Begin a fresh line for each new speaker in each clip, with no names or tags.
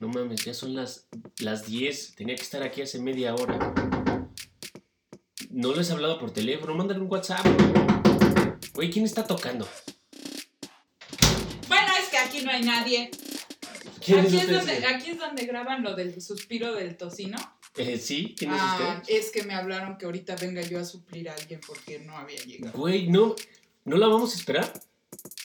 No mames, ya son las, las 10. Tenía que estar aquí hace media hora. No les he hablado por teléfono. Mándale un WhatsApp. Güey, ¿quién está tocando?
Bueno, es que aquí no hay nadie.
¿Quién
Aquí
es
es,
usted?
donde, aquí es donde graban lo del suspiro del tocino.
Eh, ¿Sí? ¿Quién es
Ah,
usted?
es que me hablaron que ahorita venga yo a suplir a alguien porque no había llegado.
Güey, no. ¿No la vamos a esperar?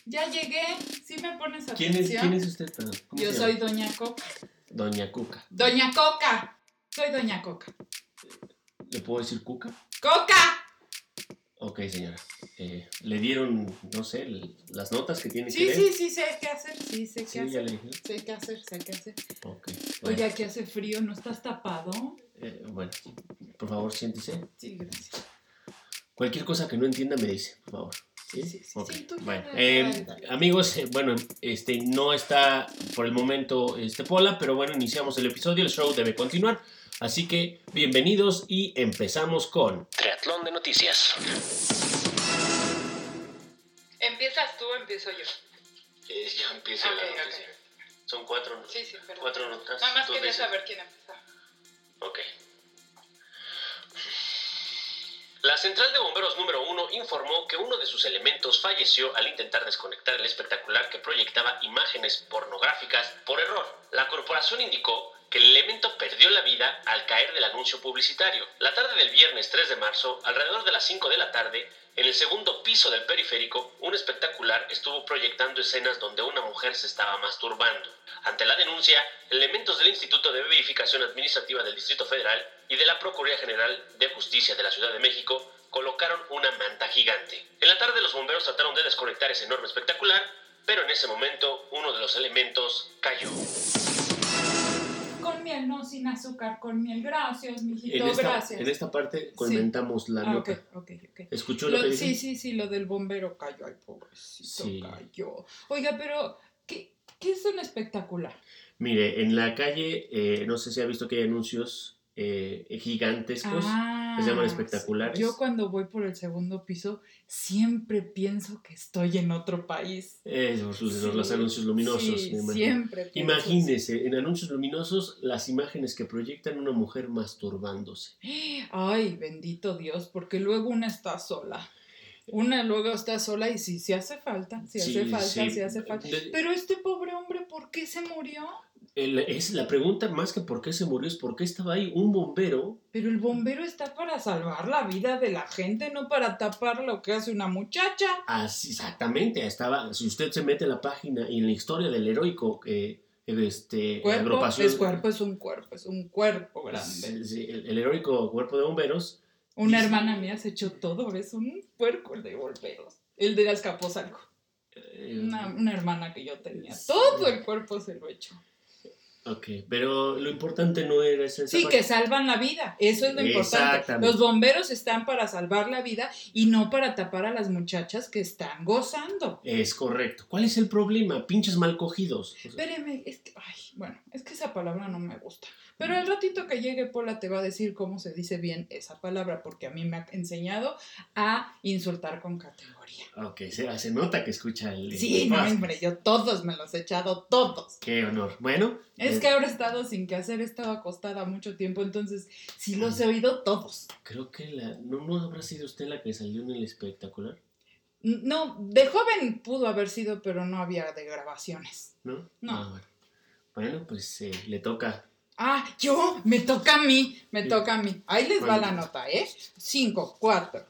Ya llegué, ¿sí me pones atención?
¿Quién es, ¿quién es usted? Perdón, ¿cómo
Yo
se llama?
soy Doña Coca.
Doña Cuca.
Doña Coca. Soy Doña Coca.
¿Le puedo decir Cuca?
¡Coca!
Ok, señora. Eh, ¿Le dieron, no sé, l- las notas que tiene que
Sí,
leer?
sí, sí, sé qué hacer. Sí, sé qué
Sí, ya
hacer.
le dije.
Sé qué hacer, sé qué hacer.
Ok. Bueno,
Oye, aquí hace frío, ¿no estás tapado?
eh, bueno, por favor, siéntese.
Sí, gracias.
Cualquier cosa que no entienda me dice, por favor.
Sí, sí, sí.
Ok,
Sí, tú ya
bueno,
dale,
eh,
dale, dale.
amigos, eh, bueno, este no está por el momento este Pola, pero bueno, iniciamos el episodio, el show debe continuar, así que bienvenidos y empezamos con
Triatlón de noticias.
¿Empiezas tú o empiezo yo?
Eh, ya empieza
la Ok, ok. noticia.
Son cuatro,
Sí, sí, perdón.
notas.
Nada más quería saber quién empezó.
Ok. La central de bomberos número uno informó que uno de sus elementos falleció al intentar desconectar el espectacular que proyectaba imágenes pornográficas por error. La corporación indicó que el elemento perdió la vida al caer del anuncio publicitario. La tarde del viernes 3 de marzo, alrededor de las 5 de la tarde, en el segundo piso del periférico, un espectacular estuvo proyectando escenas donde una mujer se estaba masturbando. Ante la denuncia, elementos del Instituto de Verificación Administrativa del Distrito Federal y de la Procuraduría General de Justicia de la Ciudad de México colocaron una manta gigante. En la tarde los bomberos trataron de desconectar ese enorme espectacular, pero en ese momento uno de los elementos cayó.
Con miel, no, sin azúcar, con miel. Gracias, mijito, gracias.
este parte
comentamos
la
ah, ok, ok, ok.
¿Escuchó
Lo- sí, sí, sí, lo del bombero cayó, ay, pobrecito,
Sí.
cayó. Oiga, pero, ¿qué, qué es un espectacular?
Mire, en la calle, eh, no sé si ha visto que hay anuncios eh, gigantescos.
Ah,
les llaman espectaculares.
Yo cuando voy por el segundo piso siempre pienso que estoy en otro país.
Eh, los, los- los
Sí,
anuncios luminosos,
sí,
me imagino.
siempre. pienso eso.
Imagínese, en anuncios luminosos, las imágenes que proyectan una mujer masturbándose.
Ay, bendito Dios, porque luego una está sola. Una luego está sola y sí, sí hace falta, sí, hace falta, sí. hace falta.
De-
Pero este pobre hombre, ¿por qué se murió?
el- es eh, la pregunta más que por qué se murió, es por qué estaba ahí un bombero.
Pero el bombero está para salvar la vida de la gente, no para tapar lo que hace una muchacha.
Así, exactamente, estaba. Si usted se mete a la página y en la historia del heroico eh, este,
Cuerpo
agrupación-
es cuerpo, es un cuerpo, es un cuerpo grande.
Sí, sí, el, el heroico cuerpo de bomberos.
Una
Sí.
hermana mía se echó todo, es un puerco el de bomberos. El de Azcapotzalco.
eh,
Una, una hermana que yo tenía. Todo el cuerpo se lo echó.
Ok, pero lo importante no era esa. esa
Sí,
parte.
que salvan la vida. Eso es lo importante.
Exactamente.
Los bomberos están para salvar la vida y no para tapar a las muchachas que están gozando.
Es correcto. ¿Cuál es el problema? Pinches mal cogidos. O sea,
Espéreme, es que, ay, bueno, es que esa palabra no me gusta. Pero al ratito que llegue Pola te va a decir cómo se dice bien esa palabra, porque a mí me ha enseñado a insultar con categoría.
Ok, se, se nota que escucha el.
Sí,
el
no,
podcast.
hombre, yo todos me los he echado, todos.
Qué honor. Bueno.
Es
eh,
que ahora he estado sin que hacer, he estado acostada mucho tiempo, entonces sí los he oído todos.
Creo que la. ¿No, ¿No habrá sido usted la que salió en el espectacular?
No, de joven pudo haber sido, pero no había de grabaciones.
¿No?
No.
Ah, bueno. Bueno, pues eh, le toca.
Ah, yo, me toca a mí, me
Sí.
toca a mí. Ahí les va
Bueno.
la nota, ¿eh? Cinco, cuatro.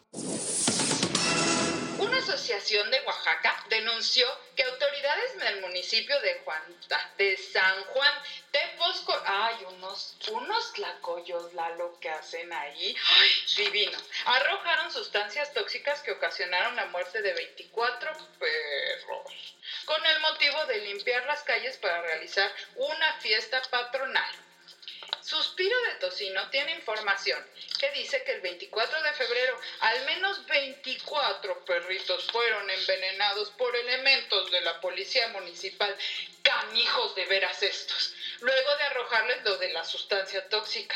Una asociación de Oaxaca denunció que autoridades del municipio de, Juan- ah, de San Juan Teposco, ay, unos, unos tlacoyos, Lalo, que hacen ahí, ay, divino, arrojaron sustancias tóxicas que ocasionaron la muerte de 24 perros, con el motivo de limpiar las calles para realizar una fiesta patronal. Suspiro de Tocino tiene información que dice que el 24 de febrero al menos 24 perritos fueron envenenados por elementos de la policía municipal. Canijos de veras estos. Luego de arrojarles lo de la sustancia tóxica.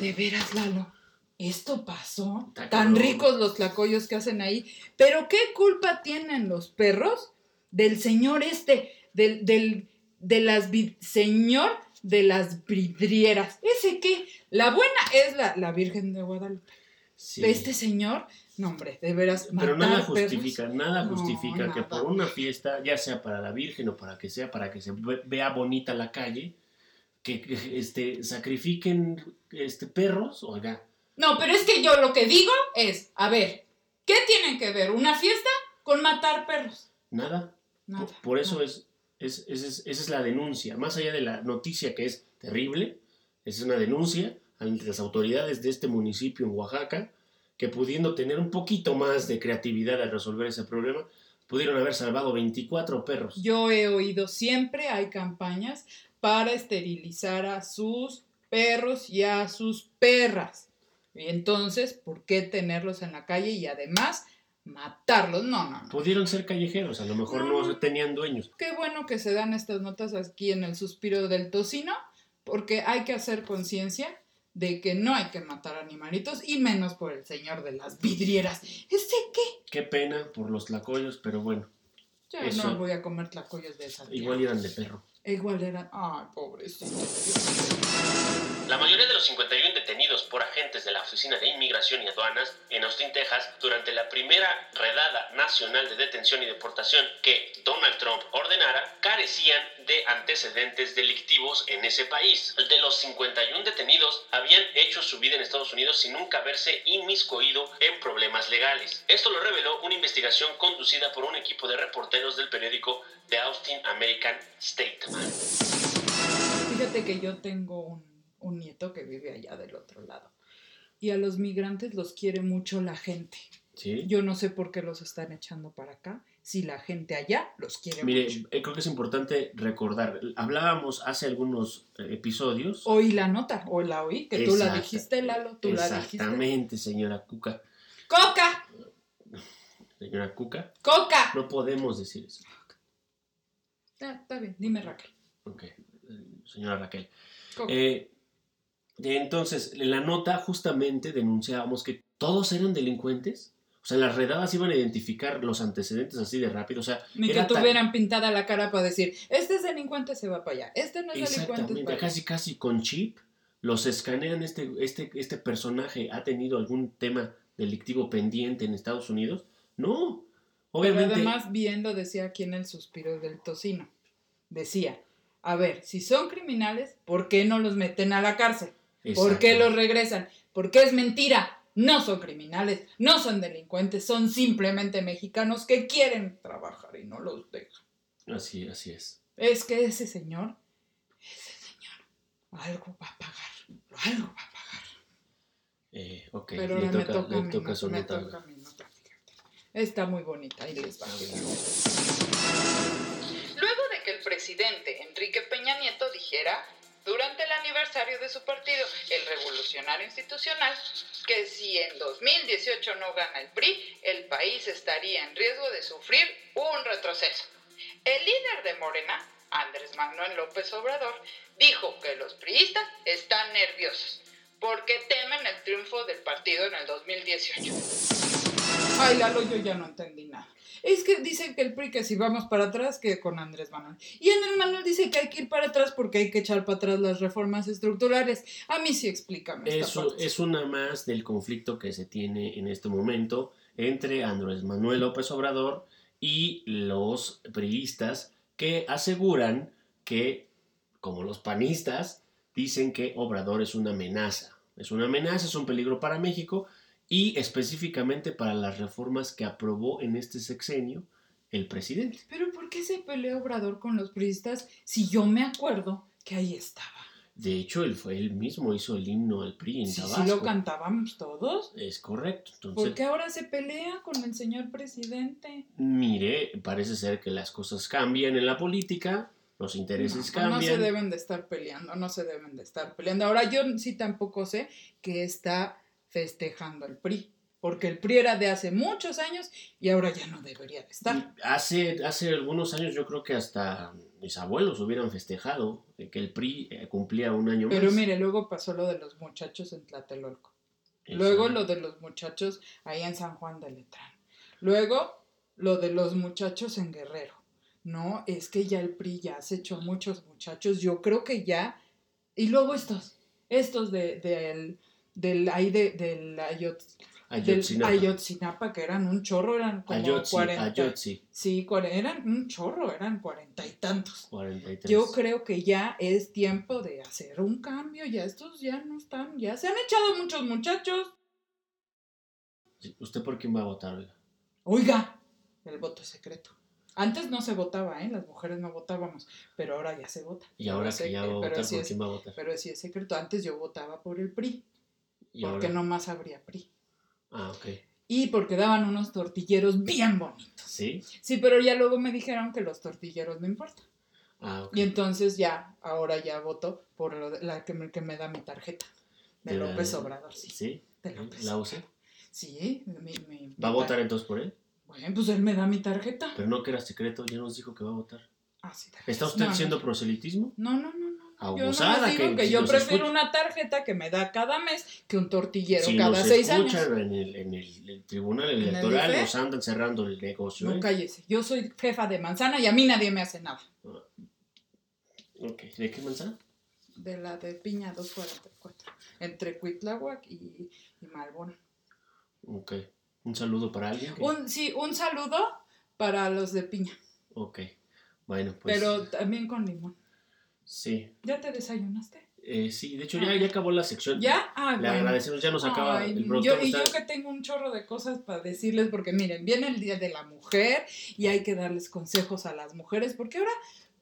De veras, Lalo, esto pasó.
Está
Tan
cabrón.
ricos los tlacoyos que hacen ahí. Pero ¿qué culpa tienen los perros del señor este, del, del, de las vid- señor de las vidrieras. ¿Ese qué? La buena es la, la Virgen de Guadalupe.
Sí.
Este señor, no hombre, de veras,
Pero nada
matar perros.
justifica, nada
No,
justifica que
nada.
por una fiesta, ya sea para la Virgen o para que sea, para que se ve- vea bonita la calle, que, que, este, sacrifiquen este, perros, oiga.
No, pero es que yo lo que digo es, a ver, ¿qué tienen que ver una fiesta con matar perros?
Nada.
Nada,
Por, por eso
nada.
es, es, es- es- esa es la denuncia. Más allá de la noticia que es terrible, es una denuncia ante las autoridades de este municipio en Oaxaca, que pudiendo tener un poquito más de creatividad al resolver ese problema, pudieron haber salvado 24 perros.
Yo he oído siempre hay campañas para esterilizar a sus perros y a sus perras. Y entonces, ¿por qué tenerlos en la calle y además matarlos? No, no, no.
Pudieron ser callejeros, a lo mejor no,
No.
tenían dueños.
Qué bueno que se dan estas notas aquí en el suspiro del tocino, porque hay que hacer conciencia de que no hay que matar animalitos y menos por el señor de las vidrieras. ¿Este qué?
Qué pena por los tlacoyos, pero bueno,
Yo
Eso.
no voy a comer tlacoyos de esas. E
igual eran de perro.
Igual eran. Ay, pobrecito.
La mayoría de los 51 detenidos por agentes de la Oficina de Inmigración y Aduanas en Austin, Texas, durante la primera redada nacional de detención y deportación que Donald Trump ordenara, carecían de antecedentes delictivos en ese país. De los 51 detenidos, habían hecho su vida en Estados Unidos sin nunca haberse inmiscuido en problemas legales. Esto lo reveló una investigación conducida por un equipo de reporteros del periódico The Austin American Statement.
Fíjate que yo tengo un, un nieto que vive allá del otro lado. Y a los migrantes los quiere mucho la gente.
Sí.
Yo no sé por qué los están echando para acá, si la gente allá los quiere
Mire,
mucho.
eh, creo que es importante recordar, hablábamos hace algunos eh, episodios.
Oí la nota, o la oí, que tú la
Exacta-
dijiste, Lalo, tú la dijiste.
Exactamente, señora Cuca.
¡Coca!
Señora Cuca,
¡Coca!
no podemos decir eso.
Ah, está bien, dime Raquel.
Ok, eh, señora Raquel.
Coca.
Eh, entonces, en la nota justamente denunciábamos que todos eran delincuentes. O sea, las redadas iban a identificar los antecedentes así de rápido. O sea,
Ni que
era tan-
tuvieran pintada la cara para decir, este es delincuente, se va para allá. Este no es delincuente,
Exactamente,
para allá.
casi casi con chip los escanean. Este, este, este personaje ha tenido algún tema delictivo pendiente en Estados Unidos.
Pero
No, obviamente.
además, viendo, decía aquí en el suspiro del tocino. Decía, a ver, si son criminales, ¿por qué no los meten a la cárcel? ¿Por
Exacto.
qué los regresan? Porque es mentira. No son criminales, no son delincuentes, son simplemente mexicanos que quieren trabajar y no los dejan.
Así, así es.
Es que ese señor, ese señor, algo va a pagar, algo va a pagar.
Eh, ok,
Pero
le
ahora me
toca,
toca,
le
a mí,
toca
no-
su
me
nota.
toca a mí, no toca. Está muy bonita, ahí les va.
Luego de que el presidente Enrique Peña Nieto dijera durante el aniversario de su partido, el revolucionario institucional, que si en 2018 no gana el PRI, el país estaría en riesgo de sufrir un retroceso. El líder de Morena, Andrés Manuel López Obrador, dijo que los priistas están nerviosos porque temen el triunfo del partido en el 2018.
Ay, Lalo, yo ya no entendí nada. Es que dicen que el PRI que si vamos para atrás, que con Andrés Manuel. Y Andrés Manuel dice que hay que ir para atrás porque hay que echar para atrás las reformas estructurales. A mí sí explícame. esta
Eso
parte.
es una más del conflicto que se tiene en este momento entre Andrés Manuel López Obrador y los priistas que aseguran que, como los panistas, dicen que Obrador es una amenaza. Es una amenaza, es un peligro para México y específicamente para las reformas que aprobó en este sexenio el presidente.
Pero ¿por qué se peleó Obrador con los priistas si yo me acuerdo que ahí estaba?
De hecho, él fue él mismo hizo el himno al PRI en
Si sí,
Tabasco.
lo cantábamos todos.
es correcto. Entonces,
¿Por qué ahora se pelea con el señor presidente?
Mire, parece ser que las cosas cambian en la política, los intereses
No, no se
cambian.
deben de estar peleando, no se deben de estar peleando. Ahora yo sí tampoco sé que está festejando el PRI, porque el PRI era de hace muchos años y ahora ya no debería de estar.
hace, hace algunos años yo creo que hasta mis abuelos hubieran festejado de que el PRI eh, cumplía un año
Pero
más.
mire, luego pasó lo de los muchachos en Tlatelolco.
Eso.
Luego lo de los muchachos ahí en San Juan de Letrán. Luego lo de los muchachos en Guerrero. No, es que ya el PRI ya se echó muchos muchachos, yo creo que ya. Y luego estos, estos de, del, del, ahí de, del Ayot,
Ayotzinapa.
del Ayotzinapa, que eran un chorro, eran como
Ayotzi,
40.
Ayotzi,
Sí, cuare- eran un chorro, eran cuarenta y tantos.
43.
Yo creo que ya es tiempo de hacer un cambio, ya estos ya no están, ya se han echado muchos muchachos.
¿Usted por quién va a votar, oiga?
Oiga, el voto es secreto. Antes no se votaba, ¿eh? Las mujeres no votábamos, pero ahora ya se vota.
Y ahora
Pero
que
sí,
ya va a
pero
votar,
sí
¿por
es-
quién va a votar?
Pero sí es secreto. Antes yo votaba por el PRI,
Y
porque
ahora...
nomás habría PRI.
Ah, ok.
Y porque daban unos tortilleros bien bonitos.
¿Sí?
Sí, pero ya luego me dijeron que los tortilleros no importan.
Ah, ok.
Y entonces ya, ahora ya voto por lo de- la que me, que me da mi tarjeta. De
De la-
López Obrador, sí.
¿Sí?
De López.
¿La usa?
Sí, mi- mi-
¿Va a
mi
votar
tar-
entonces por él?
Bueno, pues él me da mi tarjeta.
Pero no que era secreto, ya nos dijo que va a votar.
Ah, sí, tarjeta.
¿Está usted
No, no,
haciendo
no.
proselitismo?
No, no, no, no. Yo no
Abusada
digo que, yo
nos
prefiero
escucha.
una tarjeta que me da cada mes que un tortillero
Si
cada
nos
seis
escuchan
años.
en el, en el- el tribunal
el
electoral,
DF?
nos andan cerrando el negocio. ¿eh?
No cállese. Yo soy jefa de manzana y a mí nadie me hace nada.
Ok, ¿De qué manzana?
De la de Piña 244. Entre Cuitláhuac y, y Malbón.
Ok. Un saludo para alguien. que-
Un, sí, un saludo para los de Piña,
Ok. Bueno, pues.
pero también con limón.
Sí.
¿Ya te desayunaste?
Eh, sí, de hecho ya, ya acabó la sección.
Ah. ¿Ya? Ah,
Le
bueno.
agradecemos, ya nos acaba
Ay,
el
yo,
productor.
y
está-
yo que tengo un chorro de cosas para decirles, porque miren, viene el Día de la Mujer y hay que darles consejos a las mujeres, porque ahora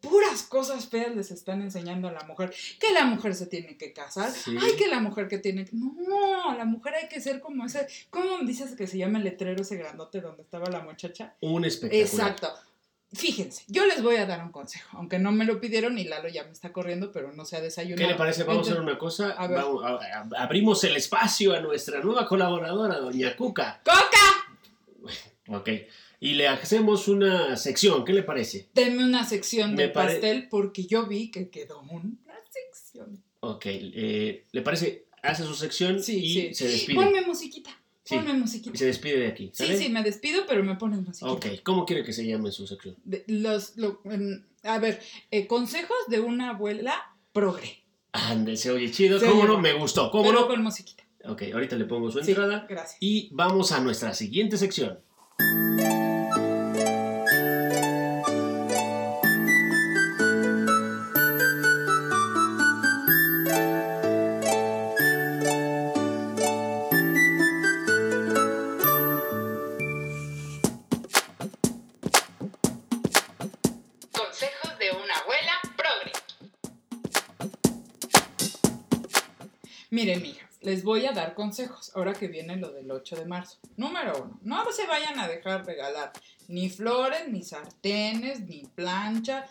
puras cosas feas les están enseñando a la mujer. Que la mujer se tiene que casar.
Sí.
Ay, que la mujer que tiene que... No, la mujer hay que ser como ese... ¿Cómo dices que se llama el letrero ese grandote donde estaba la muchacha?
Un espectáculo.
Exacto. Fíjense, yo les voy a dar un consejo, aunque no me lo pidieron y Lalo ya me está corriendo, pero no se ha desayunado.
¿Qué le parece? Vamos a
Entonces-
hacer una cosa.
A ver.
Vamos- a- a- abrimos el espacio a nuestra nueva colaboradora, Doña Cuca.
¡Coca!
Ok. Y le hacemos una sección. ¿Qué le parece?
Denme una sección
Me
de
pare-
pastel porque yo vi que quedó una sección.
Ok. eh, ¿Le parece? Hace su sección
Sí,
y
sí.
se despide.
Ponme musiquita,
Sí.
ponme
Y
musiquita.
se despide de aquí.
Sí,
¿sale?
sí, me despido, pero me ponen musiquita.
Ok. ¿Cómo quiere que se llame su sección?
De- los, lo- em, a ver, eh, consejos de una abuela progre,
Ande, se oye chido.
Se
¿Cómo
oye
no?
bueno.
Me gustó. ¿Cómo
pero
no?
con musiquita.
Ok, ahorita le pongo su
Sí,
entrada.
gracias.
Y vamos a nuestra siguiente sección.
Consejos de una abuela progre.
Miren, mijas, les voy a dar consejos ahora que viene lo del 8 de marzo. Número uno, no se vayan a dejar regalar ni flores, ni sartenes, ni plancha.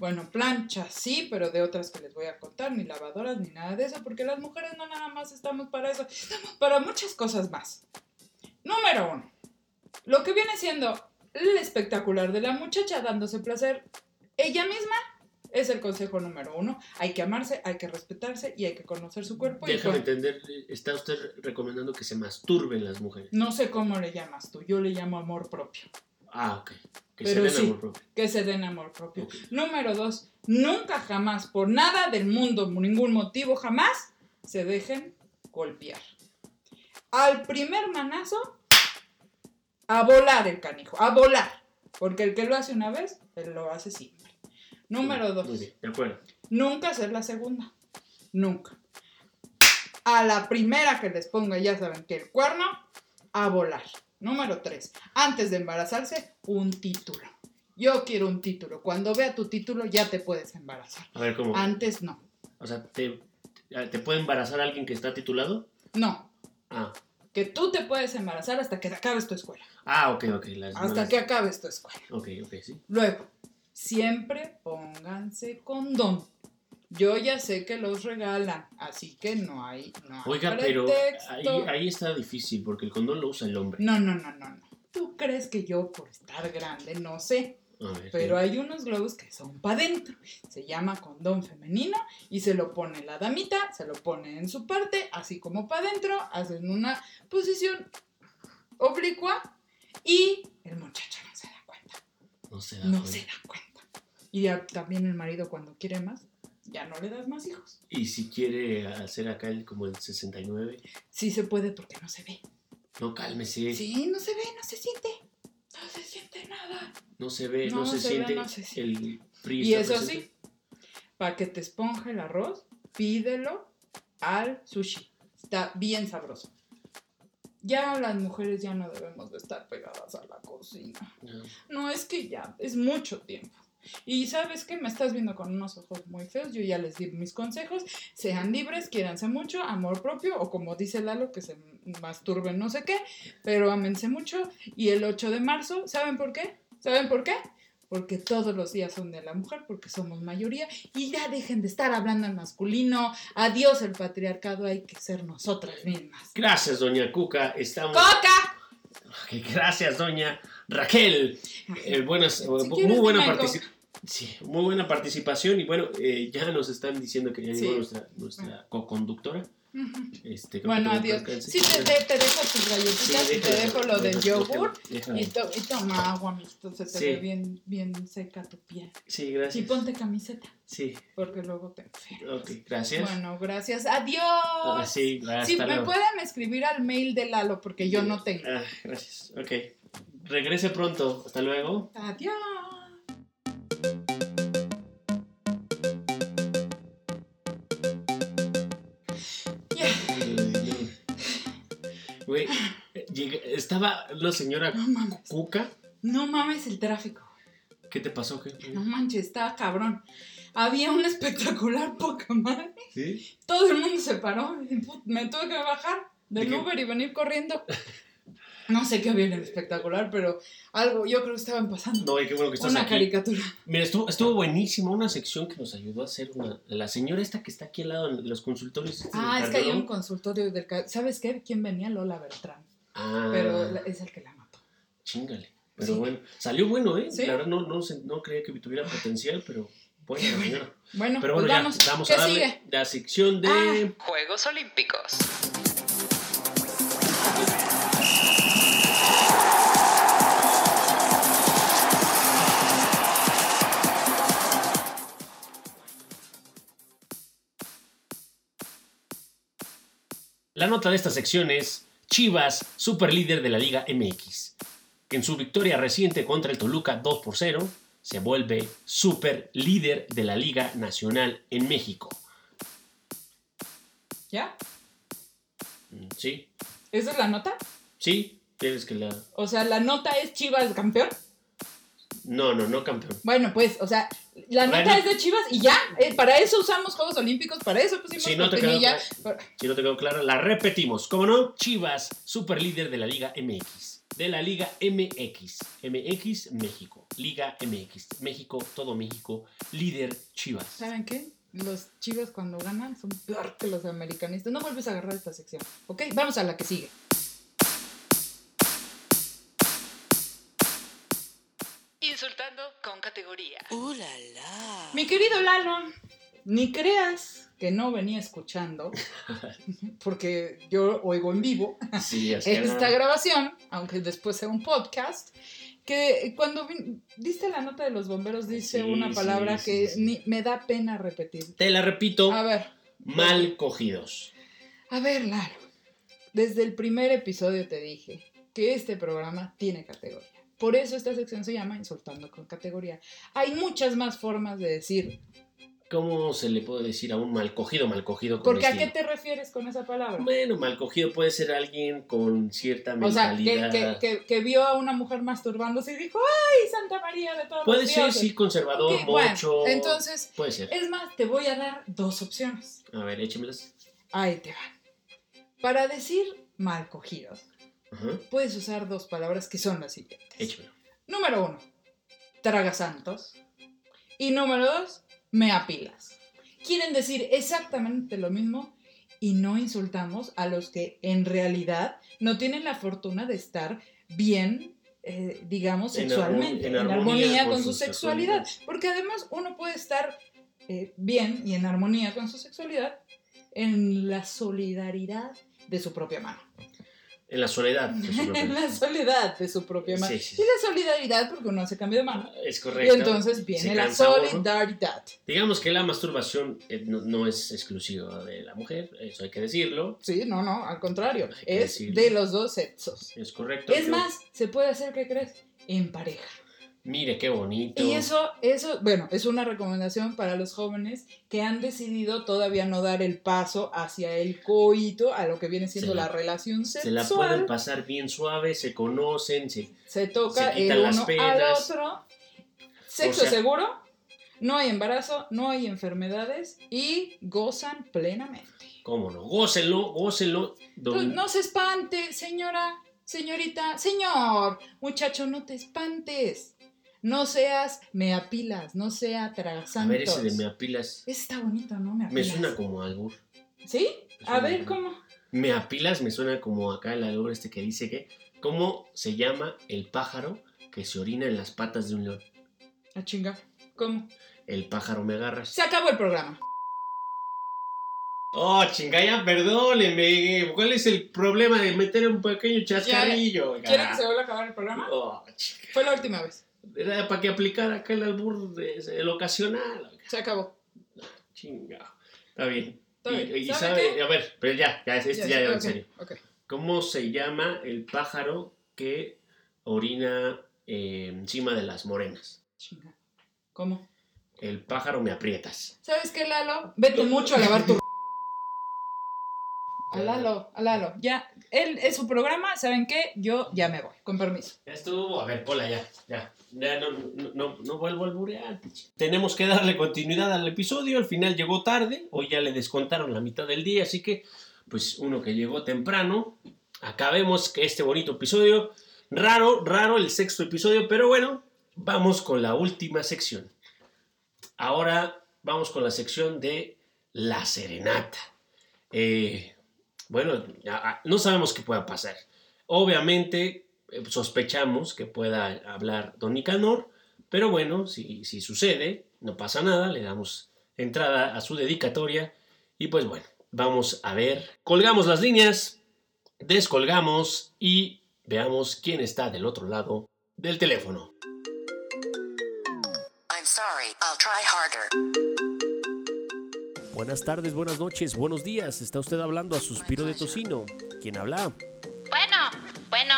Bueno, plancha sí, pero de otras que les voy a contar, ni lavadoras, ni nada de eso, porque las mujeres no nada más estamos para eso, estamos para muchas cosas más. Número uno, lo que viene siendo el espectacular de la muchacha dándose placer ella misma. Es el consejo número uno. Hay que amarse, hay que respetarse y hay que conocer su cuerpo. y
Déjame
con-
entender, está usted recomendando que se masturben las mujeres.
no sé cómo le llamas tú, yo le llamo amor propio.
Ah, ok. Que
Pero
se den
sí.
amor propio.
Que se den amor propio.
Ok.
Número dos, nunca jamás, por nada del mundo, por ningún motivo, jamás se dejen golpear. Al primer manazo, a volar el canijo, a volar. Porque el que lo hace una vez, él lo hace siempre. Número dos,
Muy bien, de acuerdo.
Nunca ser la segunda. Nunca. A la primera que les ponga, ya saben que el cuerno, a volar. Número 3. Antes de embarazarse, un título. Yo quiero un título. Cuando vea tu título, ya te puedes embarazar.
A ver, ¿cómo?
Antes no.
O sea, ¿te, ¿te puede embarazar alguien que está titulado?
No.
Ah,
Que tú te puedes embarazar hasta que acabes tu escuela.
ah ok, ok. Las
Hasta
malas-
que acabes tu escuela.
Ok, ok, sí.
Luego, siempre pónganse condón. Yo ya sé que los regalan, así que no hay, no hay
Oiga, pero
pretexto.
ahí, ahí está difícil porque el condón lo usa el hombre.
No, no, no, no, no. ¿Tú crees que yo por estar grande no sé?
A ver,
Pero hay unos globos que son para adentro. Se llama condón femenino y se lo pone la damita, se lo pone en su parte, así como para adentro, hacen una posición oblicua y el muchacho no se da cuenta.
¿qué? No se da
no
cuenta.
se da cuenta. Y ya también el marido cuando quiere más, ya no le das más hijos.
Y si quiere hacer acá el, como el 69,
Sí se puede porque no se ve.
no cálmese,
Sí, no se ve, no se siente. No se siente nada.
no se ve, no,
No
se,
se ve,
siente
no se siente.
el frío.
Y
está
eso
presente.
sí, para que te esponje el arroz, pídelo al sushi. Está bien sabroso. Ya las mujeres ya no debemos de estar pegadas a la cocina.
No.
No, es que ya, es mucho tiempo. Y sabes que me estás viendo con unos ojos muy feos. Yo ya les di mis consejos. Sean libres, quiéranse mucho, amor propio, o como dice Lalo, que se masturben no sé qué, pero ámense mucho. Y el 8 de marzo, ¿saben por qué? ¿Saben por qué? Porque todos los días son de la mujer, porque somos mayoría. Y ya dejen de estar hablando en masculino. Adiós el patriarcado, hay que ser nosotras mismas.
Gracias, doña Cuca. Estamos.
¡Coca!
Ok, Gracias, doña Raquel. Eh, buenas, bu-
quieres,
muy, buena
dime algo.
partici- sí, muy buena participación. Y bueno, eh, ya nos están diciendo que ya llegó
Sí.
nuestra, nuestra co-conductora.
Ujú.
Este, creo que
Bueno,
tengo que
adiós.
alcance.
Sí, te, te- te dejo tus galletitas y te
déjame-
dejo lo del
déjame-
yogur.
déjame.
Y, to- y toma agua, amiguito, se te
Sí.
ve bien, bien seca tu piel.
Sí,
Y
gracias.
ponte camiseta,
Sí,
porque luego te enfermas.
ok, gracias.
Bueno, gracias. Adiós.
Ah, sí, hasta
Sí, me
luego.
pueden escribir al mail de Lalo, porque yo no tengo.
Ah, gracias. Ok. Regrese pronto. Hasta luego.
Adiós. Ya.
Güey, eh, llega- estaba la señora
No mames.
Cuca.
No mames el tráfico.
¿Qué te pasó? ¿Qué?
No manches, estaba cabrón. Había un espectacular Pokémon.
¿Sí?
Todo el mundo se paró. y put- Me tuve que bajar
¿De
del
qué?
Uber y venir corriendo. No sé qué había en el espectacular, pero algo, yo creo que estaban pasando.
No, y qué bueno que estás
Una
aquí.
caricatura.
Mira, estuvo, estuvo buenísima una sección que nos ayudó a hacer una. La señora esta que está aquí al lado de los consultorios. este,
Ah, es que hay un
cardiólogo.
consultorio del... ca- ¿Sabes qué? ¿Quién venía? Lola Bertrán.
Ah,
Pero la- es el que la mató.
chingale. Pero
Sí.
bueno, salió bueno, ¿eh?
Sí.
La verdad no, no, se- no creía que tuviera potencial, pero bueno,
Qué
la
bueno.
señora.
Bueno,
Pero
pues
bueno, ya,
vamos.
vamos
¿Qué
a darle
sigue?
la sección de.
Ah.
Juegos Olímpicos.
La nota de esta sección es Chivas, superlíder de la Liga MX. En su victoria reciente contra el Toluca 2 por 0, se vuelve superlíder de la Liga Nacional en México.
¿Ya?
Mm, ¿Sí?
¿Esa es la nota?
¿Sí? ¿Quieres que la...?
O sea, la nota es Chivas campeón.
No, no, no campeón.
Bueno, pues, o sea, la
Bueno.
nota es de Chivas y ya. Eh, para eso usamos Juegos Olímpicos, para eso pusimos
Si no te quedó
cortinilla.
claro, si no te quedó claro, la repetimos. ¿Cómo no? Chivas, superlíder de la Liga MX. De la Liga MX. MX, México. Liga MX. México, todo México. Líder Chivas.
¿Saben qué? Los chivas cuando ganan son peor que los americanistas. No vuelves a agarrar esta sección. Ok, vamos a la que sigue.
Insultando con categoría.
¡Uh, la, la!
Mi querido Lalo, ni creas que no venía escuchando, porque yo oigo en vivo
Sí, así era.
esta grabación, aunque después sea un podcast, que cuando vin- diste la nota de los bomberos dice
Sí,
una
sí,
palabra
sí,
que
sí.
ni- me da pena repetir.
Te la repito.
A ver,
mal cogidos.
a ver, Lalo, desde el primer episodio te dije que este programa tiene categoría. Por eso esta sección se llama Insultando con categoría. Hay muchas más formas de decir
¿Cómo se le puede decir a un mal cogido, mal cogido? Con
Porque a qué
estilo?
te refieres con esa palabra?
Bueno, mal cogido puede ser alguien con cierta
O sea, que,
mentalidad.
que, que- que vio a una mujer masturbándose y dijo, ¡ay, Santa María de todos
puede
los
ser,
dioses!
sí, conservador,
Ok, bueno,
mocho.
entonces,
Puede ser.
es más, te voy a dar dos opciones.
A ver, échamelas.
Ahí te van. Para decir mal cogidos,
Ajá,
puedes usar dos palabras que son las siguientes.
échamelo.
Número uno, tragasantos. Y número dos, me apilas. Quieren decir exactamente lo mismo y no insultamos a los que en realidad no tienen la fortuna de estar bien, eh, digamos,
En
sexualmente,
armo- en
en, armonía,
armonía
con, su sexualidad. Porque además uno puede estar eh, bien y en armonía con su sexualidad en la solidaridad de su propia mano.
En la soledad. de su propia-
en la soledad de su propia mano.
Sí, sí,
Y
sí.
la solidaridad porque uno se cambia de mano.
Es
Y
correcto.
entonces viene la
cansa uno.
solidaridad.
Digamos que la masturbación eh, no, no es exclusiva de la mujer, eso hay que decirlo.
Sí, no, no, al contrario.
Hay que
Es
decirlo.
de los dos sexos.
Es correcto.
Es
Yo-
más, se puede hacer, ¿qué crees? En pareja.
Mire qué bonito.
Y eso, eso, bueno, es una recomendación para los jóvenes que han decidido todavía no dar el paso hacia el coito, a lo que viene siendo
Se la-
la relación
se la pueden
sexual.
pasar bien suave, se conocen, se
Se, toca
se
el
quitan las
uno al
penas.
otro. Sexo
O sea-
seguro, no hay embarazo, no hay enfermedades y gozan plenamente.
¿Cómo no? Gócenlo, gócenlo.
Pues,
Don-
No se espante, señora, señorita, señor, muchacho, no te espantes. No seas me apilas, no sea
a
atrasantos.
ver, ese de me apilas.
Ese Está bonito, ¿no? Me
Me
apilas.
suena como algo.
¿Sí?
Me
A
suena
ver,
algo.
¿cómo?
Me apilas, me suena como acá el albur este que dice que. ¿Cómo se llama el pájaro que se orina en las patas de un león?
A chingar. ¿Cómo?
El pájaro me agarras.
Se acabó el programa.
Ah. Oh, chingaya, perdóneme. ¿Cuál es el problema de meter un pequeño chascarrillo? oiga?
¿Quieren que se vuelva a acabar el programa?
Oh, chinga.
Fue la última vez.
Era para que aplicara acá el albur de- el ocasional. oiga.
Se acabó.
Chingado. Está bien.
Está
Y-
bien.
y,
¿Sabe
sabe,
qué?
a ver, pero ya, ya, este ya,
sí,
ya, en
ok,
serio.
ok.
¿Cómo se llama el pájaro que orina eh, encima de las morenas?
Chinga. ¿Cómo?
El pájaro me aprietas.
¿Sabes qué, Lalo? Vete mucho a lavar tu... A Lalo, a Lalo. Ya, él es su programa, ¿saben qué? Yo ya me voy, con permiso.
Ya estuvo, a ver, hola, ya, ya. Ya no, no, no, no vuelvo a alburear. piche. Tenemos que darle continuidad al episodio, al final llegó tarde, o ya le descontaron la mitad del día, así que, pues uno que llegó temprano, acabemos que este bonito episodio. Raro, raro el sexto episodio, pero bueno, vamos con la última sección. Ahora vamos con la sección de la serenata. Eh, bueno, a- a- no sabemos qué pueda pasar. Obviamente eh, sospechamos que pueda hablar Don Nicanor, pero bueno, si, si sucede, no pasa nada, le damos entrada a su dedicatoria y pues bueno, vamos a ver. Colgamos las líneas, descolgamos y veamos quién está del otro lado del teléfono.
I'm sorry, I'll try harder.
Buenas tardes, buenas noches, buenos días. Está usted hablando a Suspiro de Tocino. ¿Quién habla?
Bueno, bueno,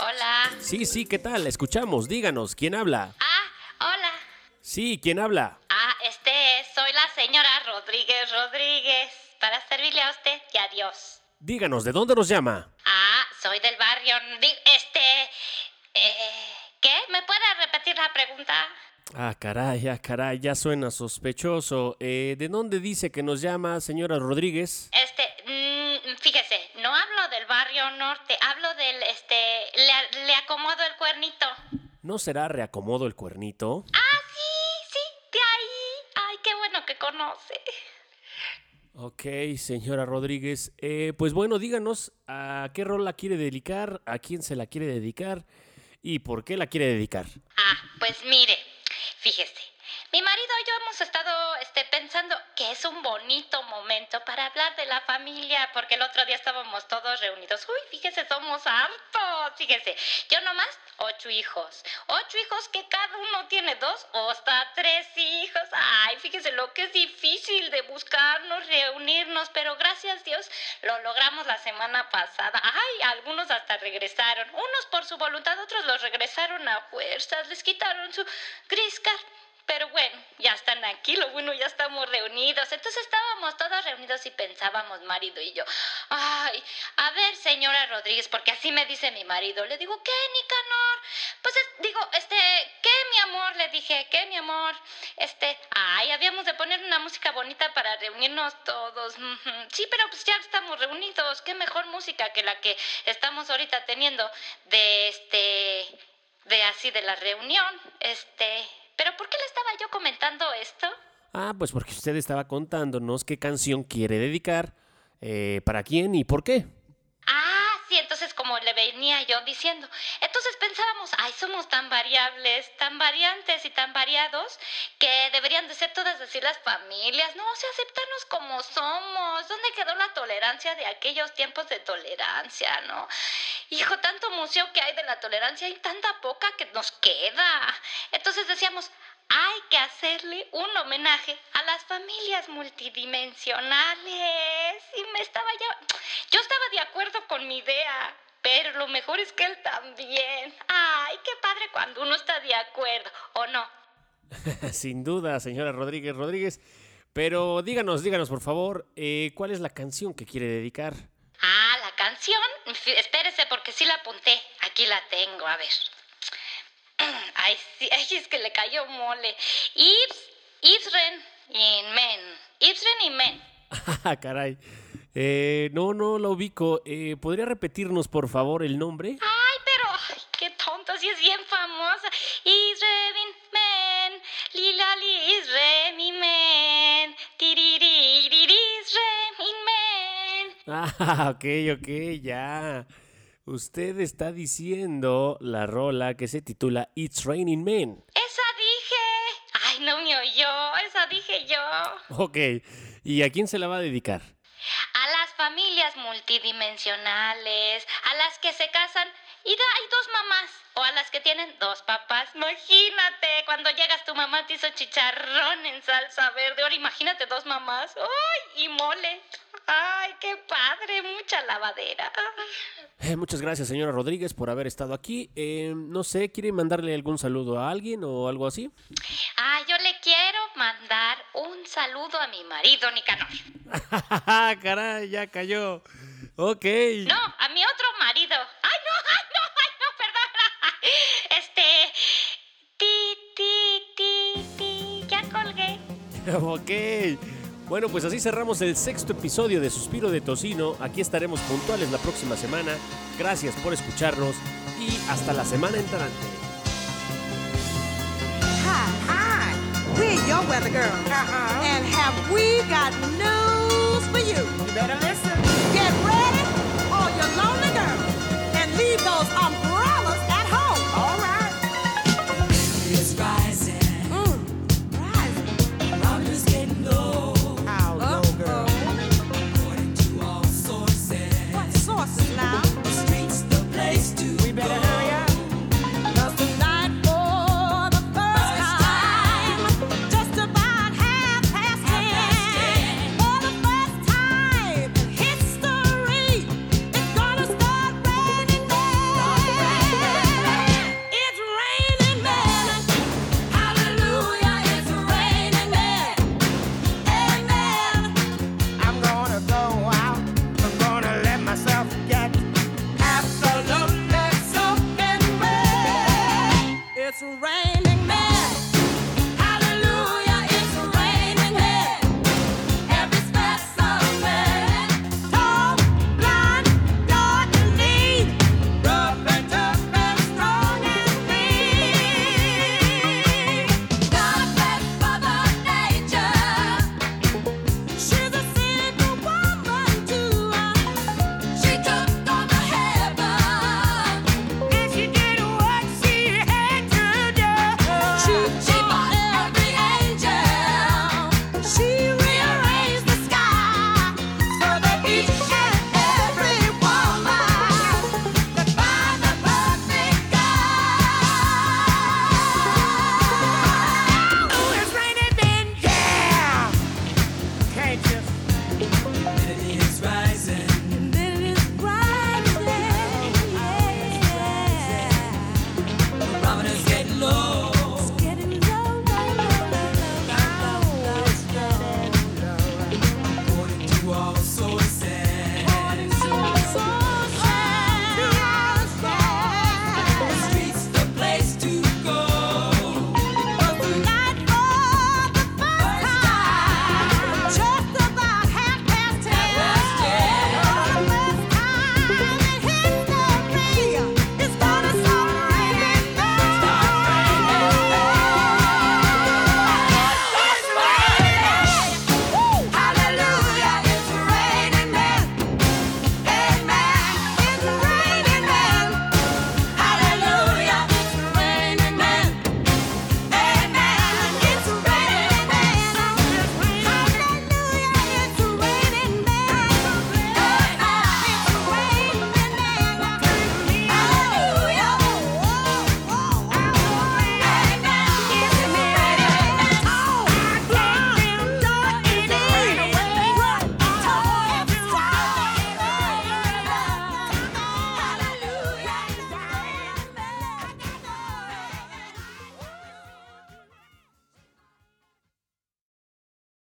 hola.
Sí, sí, ¿qué tal? Escuchamos, díganos, ¿quién habla?
Ah, hola.
Sí, ¿quién habla?
Ah, este es, soy la señora Rodríguez Rodríguez. Para servirle a usted y adiós.
Díganos, ¿de dónde nos llama?
Ah, soy del barrio. di- Este. eh, ¿Qué? ¿Me puede repetir la pregunta?
Ah, caray, ah, caray, ya suena sospechoso. Eh, ¿De dónde dice que nos llama señora Rodríguez?
Este, mm, fíjese, no hablo del barrio norte, hablo del, este, le, le acomodo el cuernito.
¿No será reacomodo el cuernito?
Sí, sí, de ahí. Ay, qué bueno que conoce.
Ok, señora Rodríguez. Eh, pues bueno, díganos a qué rol la quiere dedicar, a quién se la quiere dedicar y por qué la quiere dedicar.
Ah, pues mire, fíjese. Mi marido y yo hemos estado este, pensando que es un bonito momento para hablar de la familia, porque el otro día estábamos todos reunidos. Uy, fíjese, somos hartos. Fíjese, yo nomás ocho hijos. Ocho hijos que cada uno tiene dos o hasta tres hijos. Ay, fíjese lo que es difícil de buscarnos, reunirnos, pero gracias a Dios lo logramos la semana pasada. Ay, algunos hasta regresaron. Unos por su voluntad, otros los regresaron a fuerzas. Les quitaron su gris card. Pero bueno, ya están aquí, lo bueno, ya estamos reunidos. Entonces estábamos todos reunidos y pensábamos, marido y yo, ay, a ver, señora Rodríguez, porque así me dice mi marido. Le digo, ¿qué, Nicanor? Pues es- digo, este, ¿qué, mi amor? Le dije, ¿qué, mi amor? Este, ay, habíamos de poner una música bonita para reunirnos todos. ujú. Sí, pero pues ya estamos reunidos. Qué mejor música que la que estamos ahorita teniendo de este, de así de la reunión. Este, pero ¿por qué le estaba yo comentando esto?
Ah, pues porque usted estaba contándonos qué canción quiere dedicar, eh, para quién y por qué.
Ah, sí, entonces como le venía yo diciendo. Entonces pensábamos, ay, somos tan variables, tan variantes y tan variados que deberían de ser todas así las familias, ¿no? O sea, aceptarnos como somos. ¿Dónde quedó la tolerancia de aquellos tiempos de tolerancia, no? hijo, tanto museo que hay de la tolerancia y tanta poca que nos queda. Entonces decíamos, hay que hacerle un homenaje a las familias multidimensionales. Y me estaba ya... Yo estaba de acuerdo con mi idea. Pero lo mejor es que él también. Ay, qué padre cuando uno está de acuerdo, ¿o no?
Sin duda, señora Rodríguez Rodríguez. Pero díganos, díganos por favor, eh, ¿cuál es la canción que quiere dedicar?
Ah, la canción. F- Espérese porque sí la apunté. Aquí la tengo, a ver. Ay, sí, ay, es que le cayó mole. Ibs, Ibsren y Men. Ibsren y Men.
Ah, caray. Eh, no, no la ubico. Eh, ¿Podría repetirnos por favor el nombre?
Ay, pero, ay, qué tonto, si es bien famosa. Isremin men, lilali Isremin men, tiririri Isremin men.
Ah, ok, ok, ya. Usted está diciendo la rola que se titula It's Raining Men.
Esa dije. Ay, no me oyó, esa dije yo. A
Ok, ¿y a quién se la va a dedicar?
las familias multidimensionales, a las que se casan y da- hay dos mamás, o a las que tienen dos papás. Imagínate, cuando llegas tu mamá te hizo chicharrón en salsa verde. Ahora imagínate dos mamás. ¡Ay! Y mole. ¡Ay, qué padre! Mucha lavadera.
Eh, muchas gracias, señora Rodríguez, por haber estado aquí. Eh, no sé, ¿quiere mandarle algún saludo a alguien o algo así?
Ah, yo le quiero mandar un saludo a mi marido Nicanor.
Ah, Caray, ya cayó. Ok.
No, a mi otro marido. Ay, no, ay, no, ay, no, perdón. Este. Ti, ti, ti, ti. Ya colgué.
Ok. Bueno, pues así cerramos el sexto episodio de Suspiro de Tocino. Aquí estaremos puntuales la próxima semana. Gracias por escucharnos y hasta la semana entrante.
Hi, hi. We're your weather girl. Uh-huh. And have we got news for you? You better listen. Get ready, all your lonely girls, and leave those umbrellas. Mm,